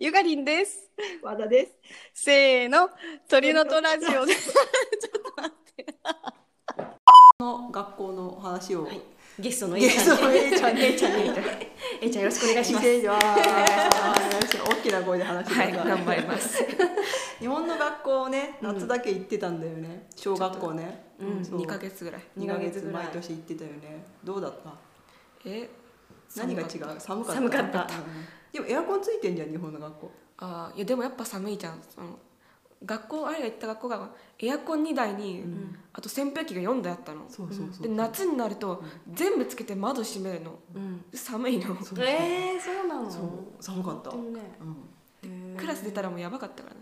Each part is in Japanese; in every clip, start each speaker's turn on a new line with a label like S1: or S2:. S1: ゆかりんです。
S2: 和田です。
S1: せーの、鳥のとラジオです。
S2: の学校の話を。
S3: ゲストの
S2: ゲ
S3: A ちゃ
S2: ス
S3: ん
S2: トの A ちゃん、A ちゃん、A ちゃん。
S3: A ちゃんよろしくお願いします
S2: 失礼します大きな声で話してください。
S3: ます
S2: 日本の学校ね、夏だけ行ってたんだよね。小学校ね。
S3: うん
S2: そう
S4: 2ヶ。月ぐらい
S2: 二ヶ月
S3: 二ヶ月ぐらい
S2: 毎年行ってたよね。どうだった？
S4: え
S2: 何が違う
S4: 寒か
S2: 寒かった。
S4: っ？
S3: 寒かった
S2: うんでもエアコンついてんじゃん日本の学校。
S4: たあーいやでもやっぱ寒いじゃんその学校あれが行った学校がエアコン2台に、
S2: ん
S4: あと扇風機が4台あったの
S2: そうそうそう。
S4: で夏になると全部つけて窓閉めるの
S3: うん
S4: 寒いの
S2: そうそう
S3: えー、そうなの
S2: そう寒かった。うん
S3: ねへー
S4: クラス出たらもうやばかったからね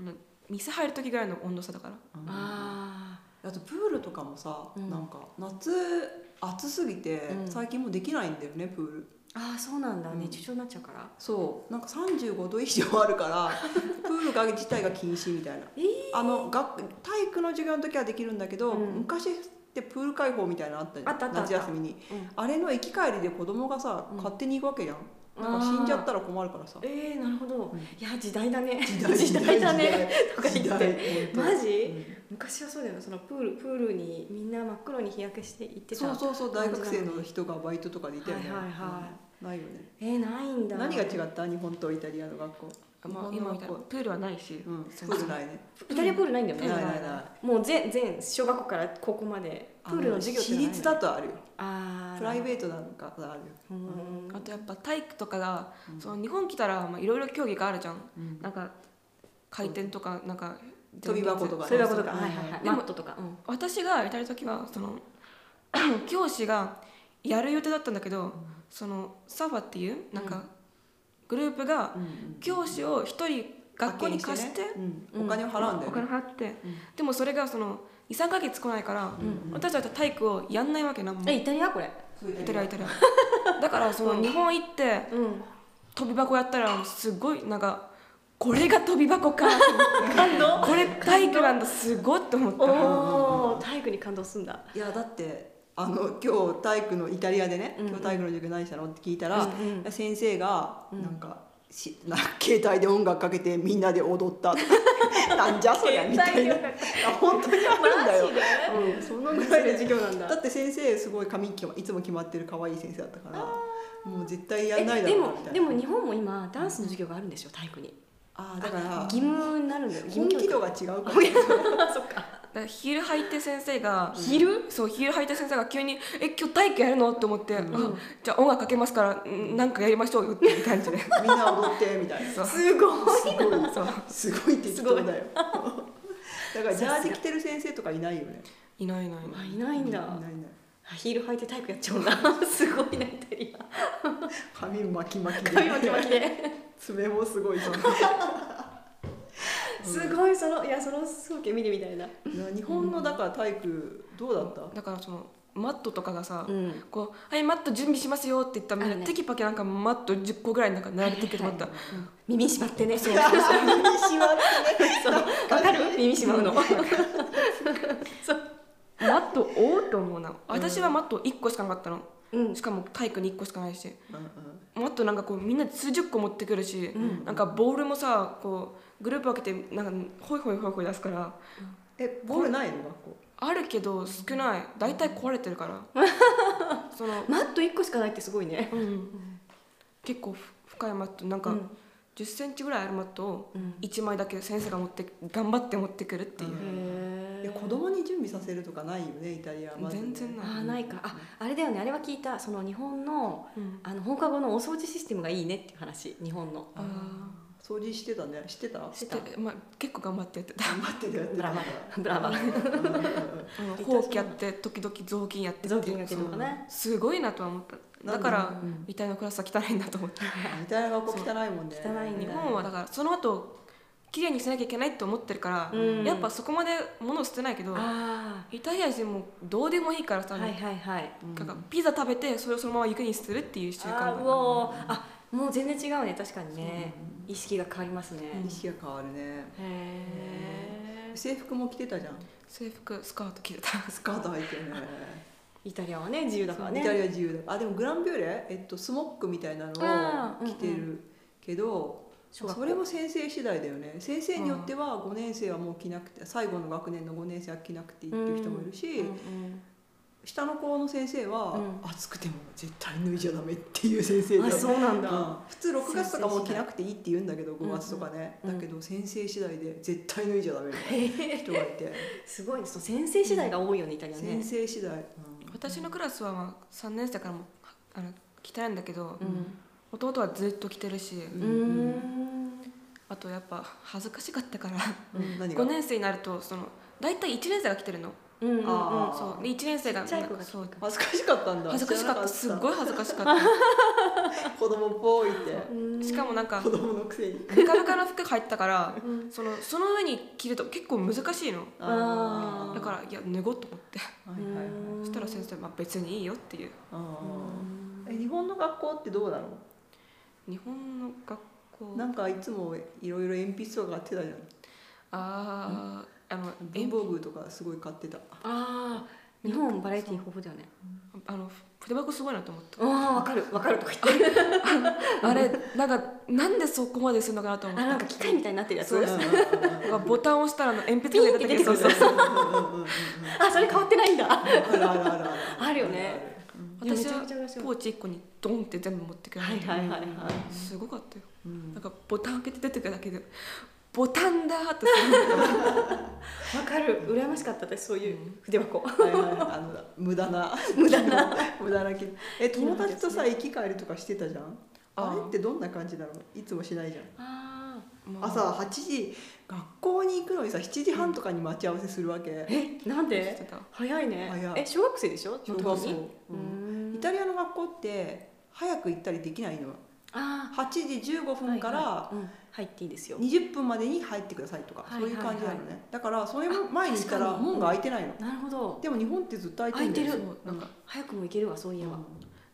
S2: うん。
S4: あの店入る時ぐらいの温度差だから
S2: うん
S3: あ
S2: あとプールとかもさ、
S3: うん
S2: なんか夏暑すぎて、
S3: うん
S2: 最近もうできないんだよねプール
S3: ーあーそうなんだ
S2: うん
S3: 熱中症になっちゃうから、
S2: そうなんか35度以上あるから プールが自体が禁止みたいな、
S3: えー
S2: あの学体育の授業の時はできるんだけど、
S3: うん
S2: 昔ってプール開放みたいなのあったじ
S3: あ
S2: ゃん
S3: ったあったあった
S2: 夏休みにあれの行き帰りで子供がさ、
S3: うん
S2: 勝手に行くわけじゃんなんか死んじゃったら困るからさ
S3: えー、なるほど、
S2: うん
S3: いや時代だね
S2: 時代
S3: 時代だねとか
S2: 時
S3: 言っ
S2: 代
S3: て
S2: 時代
S3: マジ
S2: うん
S3: 昔はそうだよねそのプールプールにみんな真っ黒に日焼けして行ってた
S2: そうそうそう大学生
S3: 感じなの
S2: の
S3: に
S2: 人がバイトとかでいたよね、
S3: はいはいは
S2: うんないよね
S3: えー、ないんだ
S2: 何が違った日本とイタリアの学校
S4: まあ、今みたいなプールはないし、
S2: うん
S4: そ
S2: プ
S4: うそ
S2: ー
S4: う
S2: ルないね
S3: イタリアプールないんだよね
S2: ないないない
S3: もう全全小学校から高校までプールの授業って
S2: 私
S3: ない
S2: 立だとあるよ
S3: あー
S2: プライベートなんかあるよ
S3: うーん
S4: あとやっぱ体育とかが、
S2: うん
S4: その日本来たらまあいろいろ競技があるじゃん
S2: うん
S4: なんか回転とかなんか
S2: 飛び箱とか
S3: そういうことか
S2: うん
S3: はいはいはい
S4: でも
S3: マットとかうん
S4: 私がいた時はその 教師がやる予定だったんだけど、そのサファっていうなんかグループが
S2: うん
S4: 教師を一人学校に
S2: 派遣
S4: 貸して
S2: ねうん
S3: うん
S2: お金を払うんだ
S4: お
S2: よ
S4: 金
S2: ね
S4: 払って、
S2: うん
S4: でもそれがその23ヶ月来ないから、
S2: うん
S4: 私たちは体育をやんないわけなんも
S3: えイタリアこれ
S2: そう
S4: イタリアイタリアだからその日本行って
S3: うん
S4: 飛び箱やったらすごいなんかこれが飛び箱か
S3: 感動
S4: これ体育なんだすごいって思った
S3: おお体育に感動すんだ
S2: いやだってあの今日体育のイタリアでね
S3: うん
S2: 今日体育の授業何したのって聞いたら
S3: うん
S2: 先生がなんかしなんか携帯で音楽かけてみんなで踊ったと かなんじゃそりゃみたいな
S3: マ
S2: いや本当にあるんだよ
S3: ジで
S2: うんそのぐら
S3: そ
S2: い
S3: れ
S2: で
S3: 授業なん
S2: だ
S3: だ
S2: って先生すごい髪きいつも決まってる可愛い先生だったからもう絶対やんない
S3: え
S2: だ
S3: で
S2: ろうな
S3: も
S2: みたいな
S3: でも日本も今ダンスの授業があるんでしょ体育に
S2: ああだから
S3: 義務になるんだよ義
S2: 本
S3: 務教
S2: 気
S3: 育
S2: 度が違うか ら
S3: そっ か
S4: だからヒール履いて先生が
S3: ヒール
S4: そうヒール履いて先生が急に「え今日体育やるの?」って思って、
S2: うん
S4: あじゃあ音楽かけますからんなんかやりましょうよ」っていう感じで
S2: みんな踊ってみたいな
S4: そう
S3: すごい
S4: そう
S2: すごい適当だよだからジャージ着てる先生とかいないよね
S4: いないいないいな
S3: あ
S4: い
S3: いないんだ
S2: いないいない
S3: ヒール履いて体育やっちゃうんだ すごいなイタリア
S2: 髪巻き巻きで
S3: 髪巻き巻きで
S2: 爪もすごいじゃん
S3: すごいそのいやその風景見てみたいな
S2: 日本のだから体育どうだった
S4: だからそのマットとかがさ、
S3: ん
S4: こう「はいマット準備しますよ」って言ったらみん
S3: あ
S4: な、
S3: ね
S4: テキパキなんかマット10個ぐらいなんか並べてきてもらった、
S3: 耳しまってねそう
S2: 耳しまってね
S3: わかる耳しま うの
S4: マットおおって思うな私はマット1個しかなかったの
S3: うん
S4: しかも体育に1個しかないし
S2: うんうん
S4: マットなんかこうみんな数十個持ってくるし、
S3: うん
S4: なんかボールもさこうグループ分けてなんかホイホイホイホイ出すから
S2: えボールないの学校
S4: あるけど少ない大体壊れてるからその、
S3: マット1個しかないってすごいね
S4: うん、結構ふ深いマットなんか
S3: う
S4: 1
S3: ん
S4: 0ンチぐらいあるマットを
S3: うん
S4: 1枚だけ先生が持って頑張って持ってくるっていう、
S2: うん
S3: へ
S2: い
S3: え
S2: や子供に準備させるとかないよねイタリアはまずね
S4: 全然ない
S3: あーないかああれだよねあれは聞いたその日本の
S4: うん
S3: あの放課後のお掃除システムがいいねっていう話日本の
S4: あ
S2: 掃除してたねしてた
S4: ーしてまあ、結構頑張ってやってた
S2: 頑張ってたやって
S3: ブ
S2: た
S3: ラマブラマ
S2: うんうんうん
S4: あのほうきやって時々雑巾やってって
S3: 雑巾がけるのかね
S4: すごいなとは思っただ
S2: な
S4: から
S2: んでうん
S4: 遺体のクラスは汚いんだと思った
S2: イタリアの学校汚いもんね
S3: そう汚いね
S4: 日本はだからその後綺麗にしなきゃいけないって思ってるから、
S3: うん
S4: やっぱそこまで物を捨てないけど
S3: あ
S4: イタリア人もどうでもいいから
S3: あ
S4: さ、
S3: はいはいはい
S2: うん
S4: なんかピザ食べてそれをそのまま湯切りにするっていう習
S3: あ
S4: 慣
S3: ーう
S4: が
S3: おーあもう全然違うね確かにね
S2: そう
S3: 意識が変わりますね、
S2: 意識が変わるね
S3: へえ
S2: 制服も着てたじゃん
S4: 制服スカート着てた
S2: スカート履いてるね
S3: イタリアはね自由だからね
S2: イタリア自由だあでもグランビューレえっとスモックみたいなのを着て
S3: あーうん
S2: るけど
S1: 小学校
S2: それも先生次第だよね先生によっては5年生はもう着なくて最後の学年の5年生は着なくていいっていう人もいるし、下の子の先生は、
S3: う
S2: 暑くても絶対脱いじゃダメっていう先生だ
S3: あそうなんだ、
S2: うん普通6月とかもう
S3: 先生次第
S2: 着なくていいって言うんだけど5月とかね、
S3: うんうん
S2: だけど先生次第で絶対脱いじゃダメみたいな人がいて
S3: すごいねその先生次第が多いよねイタリア
S2: 先
S3: ね
S2: 生次第、
S4: 私のクラスはまあ3年生だからもうはあの着たいんだけど、
S3: うん
S4: 弟はずっと着てるし、
S2: うん
S3: うん
S4: あとやっぱ恥ずかしかったから
S2: うん何が
S4: 5年生になるとその大体1年生が着てるの
S3: うんうんうん
S2: あー
S4: そうで1年生が
S3: ちっちゃい子が
S4: そう
S2: 恥ずかしかったんだ
S4: 恥ずかしかった
S2: 知
S4: す
S2: ら
S4: っ
S2: な
S4: ごい恥ずかしかっ
S2: 子供っぽいって
S4: たしかもなんか
S2: 子供のくせに
S4: ブカブカの服入ったから
S3: うん
S4: そのその上に着ると結構難しいの
S3: あー
S4: だからいや脱ごうと思って
S2: はいはいはい
S4: そしたら先生、まあ、別にいいよっていう
S2: あ
S3: うん
S2: ーえ日本の学校ってどうなの
S4: 日本の学校
S2: なんかいつもいろいろ鉛筆とか買ってたじゃん
S4: あーあのえ
S2: 文房具とかすごい買ってた
S3: ああ日本バラエティー豊富だよね
S4: あの筆箱すごいなと思った
S3: ああわかるわかるとか言って
S4: あれなんかなんでそこまでするのかなと思っ
S3: あ
S4: た
S3: なんか機械みたいになってるやつ
S2: うんうんうん
S4: なんかボタンを押したらあの鉛筆が出た時
S3: ピンって出てく
S4: そう
S3: る
S4: そうそう
S2: うんうん うんうん
S3: あそれ変わってないんだ
S2: あるあるあるある
S3: あるよね
S4: 私
S3: いや
S4: は
S3: めちゃめちゃ面白い
S4: ポーチ1個にドンって全部持ってくる
S3: はいはいはいはい
S4: すごかったよ
S2: うん
S4: なんかボタン開けて出てくるだけでボタンだーって
S3: わかる羨ましかったですそういう筆箱
S2: はいはいあの無駄な無駄な 無駄な気え友達とさ行き帰りとかしてたじゃん
S4: あ
S2: あ
S4: ー
S2: れってどんな感じなのいつもしないじゃん
S3: あ
S4: まあ
S2: 朝8時学校に行くのにさ7時半とかに待ち合わせするわけ
S3: えなん
S4: し
S3: で
S4: てた
S3: 早いね
S2: 早い
S3: え小学生でしょ
S2: 小
S3: の
S2: 学
S3: 時
S2: 生
S3: にう
S2: うん
S3: ん
S2: イタリアの学校って早く行ったりできないの
S3: あ
S2: 8時15
S3: ー
S2: 分から
S3: はいはいうん入っていいですよ
S2: 20分までに入ってくださいとか
S3: はい
S2: そういう感じなの
S3: はい
S2: ねだからそれも前に行った
S3: あ
S2: ら
S3: 確かに
S2: 門が開いてないの
S3: なるほど
S2: でも日本ってずっと開いてるん
S3: 開い
S2: だよ
S4: てる
S2: そうなんか
S3: 早くも行けるわそういえば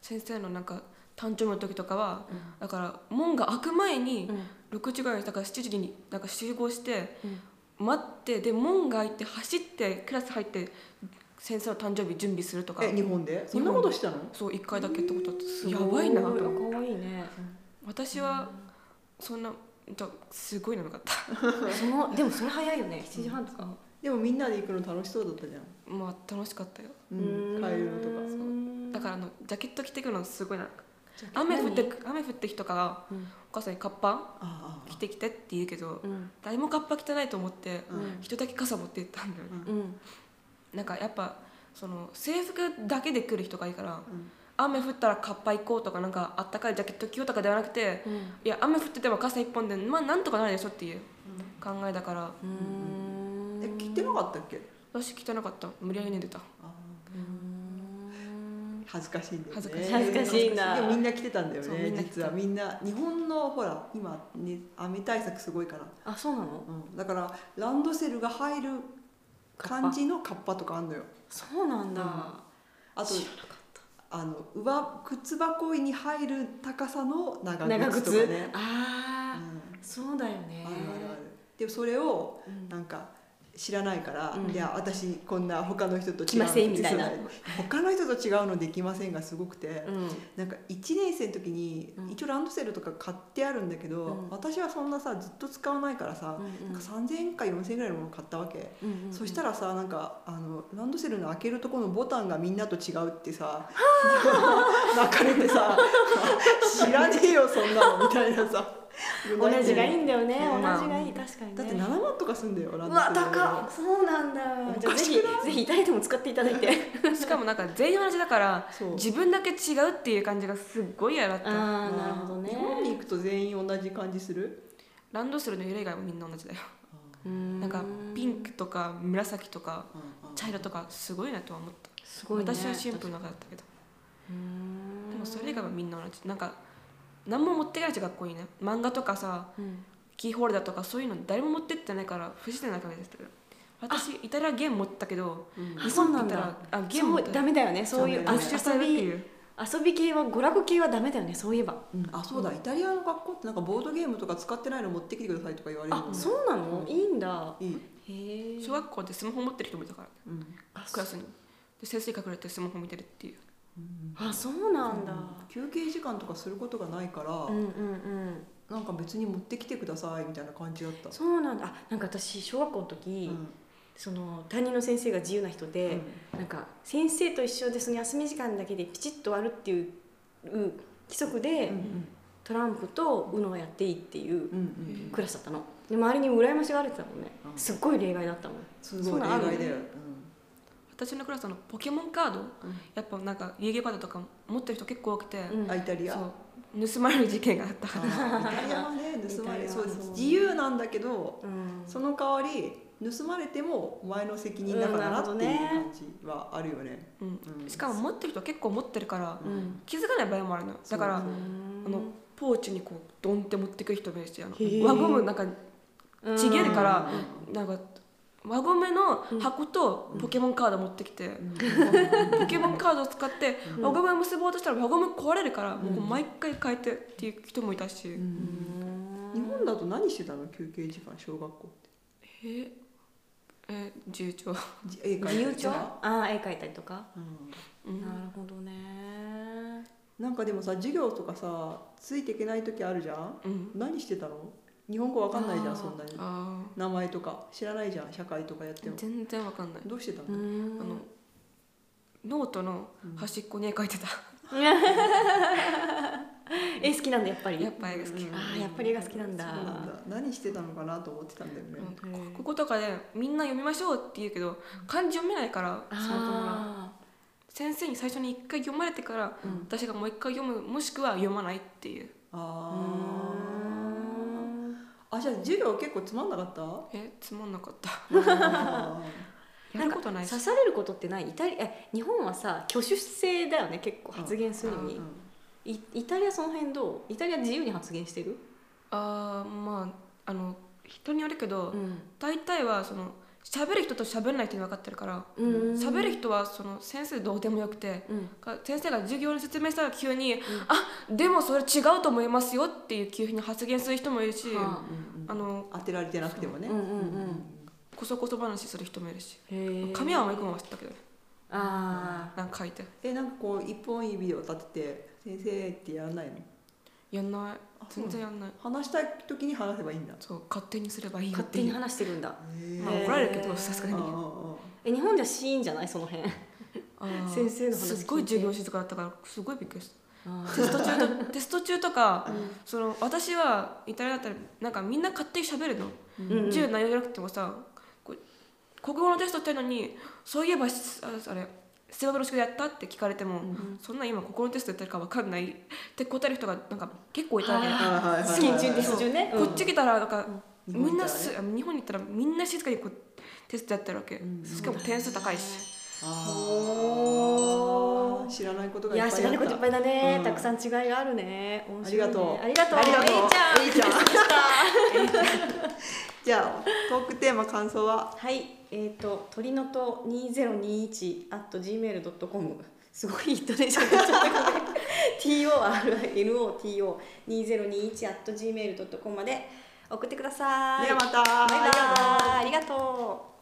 S4: 先生のなんか誕生日の時とかは、
S2: うん
S4: だから門が開く前に
S3: うん
S4: 6時ぐらいにだから7時になんか集合して
S3: うん
S4: 待ってで門が開いて走ってクラス入って先生の誕生日準備するとか
S2: え日本でそんなことしたの
S4: そう1回だけってことだったやばいな
S3: か
S4: と思って
S3: わいいね
S4: 私はそんなじゃあすごいのなかった
S3: そのでもそれ早いよね7時半とか
S2: でもみんなで行くの楽しそうだったじゃん
S4: まあ楽しかったよ
S2: うん帰るのとか
S4: だからあのジャケット着てくのすごいな
S2: ジャケット
S4: 雨降ってく雨降ってきたから、
S3: うん
S4: お母さんにカッパ
S2: ああ
S4: 着てきてって言うけど、
S3: らうん
S4: 誰もカッパ着てないと思って、
S2: うん
S3: うん
S4: 人だけ傘持って行ったんだよね、
S3: うん
S4: なんかやっぱその制服だけで来る人がいいから、
S2: ん
S4: 雨降ったらカッパ行こうとかなんかあったかいジャケット着ようとかではなくて、
S3: うん
S4: いや雨降ってても傘一本でまあなんとかなるでしょっていう考えだから
S3: うん
S2: え着てなかったっけ
S4: 私着てなかった無理やり寝てた
S2: あー
S3: うん
S2: 恥ずかしいんだよね
S4: 恥ずかしい
S3: 恥ずかしいんだ
S2: でもみんな着てたんだよ
S4: そう
S2: ね
S4: みんな着て
S2: 実はみんな日本のほら今ね雨対策すごいから、
S3: あそうなの
S2: うん、だからランドセルが入る感じのカッパとかあんのよ
S3: そうなんだ
S2: あと
S3: 知らなかっ
S2: あの上靴箱に入る高さの
S3: た
S2: 長靴
S3: 長
S2: とか
S3: 靴
S2: ね、うん、
S3: ああ
S2: あ
S3: そうだよね
S2: るあるあるでもそれを
S3: うん
S2: なんか知らないから、
S3: うん
S2: いや私こんな他の人と違う
S3: 来ませんみたいな
S2: 他の人と違うのできませんがすごくて、
S3: うん
S2: なんか1年生の時に、
S3: うん
S2: 一応ランドセルとか買ってあるんだけど、
S3: うん
S2: 私はそんなさずっと使わないからさ、
S3: うん
S2: なんか3000円か4000円ぐらいのもの買ったわけ、
S3: うんうん
S2: そしたらさなんかあのランドセルの開けるところのボタンがみんなと違うってさ 泣かれてさ「知らねえよそんなの」みたいなさ
S3: 同じがいいんだよね
S2: うん
S3: 同じがいい確かにね
S2: だって7万とかすんだよラ
S3: う
S2: ンドセ
S3: わ
S2: ル
S3: 高っそうなんだじゃあ
S2: おか
S3: ぜ
S2: し
S3: ひぜひイタリアでも使っていただいて
S4: しかもなんか全員同じだから
S2: そう
S4: 自分だけ違うっていう感じがすっごい嫌だっ
S3: あ
S4: た
S3: あなるほどね
S2: 日本に行くと全員同じ感じする
S4: ランドセルの色以外もみんな同じだよ
S3: うん
S4: なんかピンクとか紫とか茶色とかすごいなとは思った、
S3: すごいね
S4: 私はシンプルなのだったけど
S3: うん
S4: でもそれ以外はみんな同じなんか何も持っていかないし学校にね漫画とかさ
S3: うん
S4: キーホルダーとかそういうの誰も持ってってないから不自然な感じですけど私イタリアゲーム持ってたけど
S2: うん
S3: あそうなん
S4: 日本
S3: だ
S4: 行ったらあゲーム
S3: そ
S4: 持っ
S3: う
S4: て
S3: ダメだよねそういう
S2: ダ
S3: あ
S2: メ
S4: 没収され
S3: 遊
S4: るって
S3: び
S4: いう
S3: 遊び系は娯楽系はダメだよねそういえば
S2: うんあそうだイタリアの学校ってなんかボードゲームとか使ってないの持ってきてくださいとか言われる
S3: あ
S2: の
S3: そうなのいいんだ
S2: いい
S3: へえ
S4: 小学校でスマホ持ってる人もいたから、
S2: うん
S4: クラスにで先生に隠れてスマホ見てるっていう
S2: うん
S3: あそうなんだ
S2: 休憩時間とかすることがないから
S3: うんうんうん
S2: なんか別に持ってきてくださいみたいな感じだった。
S3: そうなんだあなんか私小学校の時、
S2: うん
S3: その担任の先生が自由な人
S2: う
S3: で
S2: ん、
S3: なんか先生と一緒でその休み時間だけでピチッと割るっていう規則で、
S2: うん
S3: トランプと UNO をやっていいっていう
S2: うんうん
S3: クラスだったので周りに羨ましがられてたもんね
S2: うん
S3: すっごい例外だったもん
S2: すごい例外だよ。
S4: 私のクラスのポケモンカード、やっぱなんか遊戯パッドとか持ってる人結構多くて、
S3: うん
S2: うんあイタリア。あ
S4: そう盗まれる事件があった
S2: イタリアはね盗ま
S3: イタリ
S2: れ
S3: ア
S2: そうです
S3: そう
S2: 自由なんだけど
S3: うん
S2: その代わり盗まれてもお前の責任だからなっていう感じはあるよね。
S4: うん
S2: うん
S4: しかも持ってる人は結構持ってるから、
S3: うん
S4: 気づかない場合もあるのよだから
S2: そうそう
S4: あのポーチにこうドンって持ってく人もいるしあの
S3: へー
S4: 輪ゴムなんか
S3: うん
S4: ちぎるから
S2: う
S4: なんか輪ゴムの箱とポケモンカード持ってきて、ポケモンカードを使って
S2: うん
S4: 輪ゴムを結ぼうとしたら輪ゴム壊れるから、
S2: ん
S4: もうこう毎回変えてっていう人もいたし、
S2: うん日本だと何してたの休憩時間小学校って
S4: ええ重長、
S2: じ絵描いた
S3: 自
S2: り
S3: 由
S2: と
S3: 帳
S2: か
S3: ああ絵描いたりとか、
S2: うん
S4: うん
S3: なるほどね
S2: なんかでもさ授業とかさついていけない時あるじゃん
S4: うん、
S2: 何してたの日本語わかんないじゃ
S3: あ
S2: ん
S3: ー
S2: そんなに
S4: あ
S2: 名前とか知らないじゃん社会とかやって
S4: ー
S2: も
S4: 全然わかんない
S2: どうしてたの、
S3: ん
S4: あのノートの端っこに絵描いてた、
S3: 絵好きなんだやっぱり
S4: やっぱ絵が好き、
S2: うん
S3: あーやっぱり絵が好きなんだ
S2: そうなんだ何してたのかなと思ってたんだよね、
S4: うん
S3: へー
S4: こことかでみんな読みましょうって言うけど漢字読めないからその子が
S3: あ
S4: 先生に最初に一回読まれてから、
S2: うん
S4: 私がもう一回読むもしくは読まないっていう
S3: あ
S2: あーあじゃあ授業結構つまんなかった
S4: えつまんなかった
S2: あ
S4: やる ことないし
S3: 刺されることってないイタリア日本はさ挙手制だよね結構発言するの
S2: ー
S3: に、
S2: うん
S3: いイタリアその辺どうイタリア自由に発言してる、
S4: あーまああの人によるけど、
S3: ん
S4: 大体はその喋る人と喋らないっていうの分かってるから
S3: うん、
S4: 喋る人はその先生どうでもよくて
S3: うん
S4: か先生が授業の説明したら急に「あでもそれ違うと思いますよ」っていう急に発言する人もいるし、
S3: は
S2: うんうん
S4: あの
S2: 当てられてなくてもね
S3: うんうんうん
S4: こそこそ話する人もいるし
S3: へー
S4: 髪は思い込ませたけどね
S3: あ
S4: なんか書いて
S2: えなんかこう一本指を立てて「先生」ってやらないの
S4: やんない
S2: あそうな
S4: 全
S2: の
S4: 然やんない
S2: 話したい時に話せばいいんだ
S4: そう勝手にすればい
S3: ー
S4: いよっ
S3: 勝
S4: て
S3: 手
S4: い
S3: に
S4: う
S3: 話してるんだ
S2: へ
S4: まあ
S2: え
S4: 怒られるけどさすが
S2: うん
S4: に
S2: うんうん
S3: え日本じゃシーンじゃないその辺
S4: あー
S3: 先生の話聞いて
S4: すっごい授業静かだったからすごいびっくりした
S3: あ
S4: テスト中 とテスト中とか、その私はイタリアだったらなんかみんな勝手に喋るの、
S3: うん
S4: 自由な内容じゃなくてもさこう国語のテストってのにそういえばああれ数学の宿題やったって聞かれても、そんな今国語のテストやってるかわかんない って答える人がなんか結構いたわけ
S3: あ
S2: はいはいはいはい
S3: 試験中テスト中ね
S4: こっち来たらなんか、
S2: うん
S4: みんな
S2: 日本
S4: す
S2: 行
S4: 日本に行ったらみんな静かにこうテストやってるわけ、
S2: ん
S4: しかも点数高いし、
S2: あー知らないことが
S3: い
S2: いっ
S3: や
S2: ぱいあっ
S3: 知
S2: た
S3: らないこといっぱいだね、
S2: うん
S3: たくさん違いがあるね面
S2: あ
S3: 白い
S2: り
S3: ね
S2: がとう
S3: ありがとう
S2: ありがとう
S3: えいちゃん
S2: えい
S3: でし
S2: ちゃん
S3: た
S2: じゃあトークテーマ感想は
S3: はい、えっ、と、鳥のと二ゼロ二一 at gmail ドットコム。 すごいイントネーショ ンになっちゃったごめん。T. O. R. N. O. T. O. 二ゼロ二一 at gmail ドットコムまで送ってください。
S2: ではまた
S3: バイバイ。ありがとう。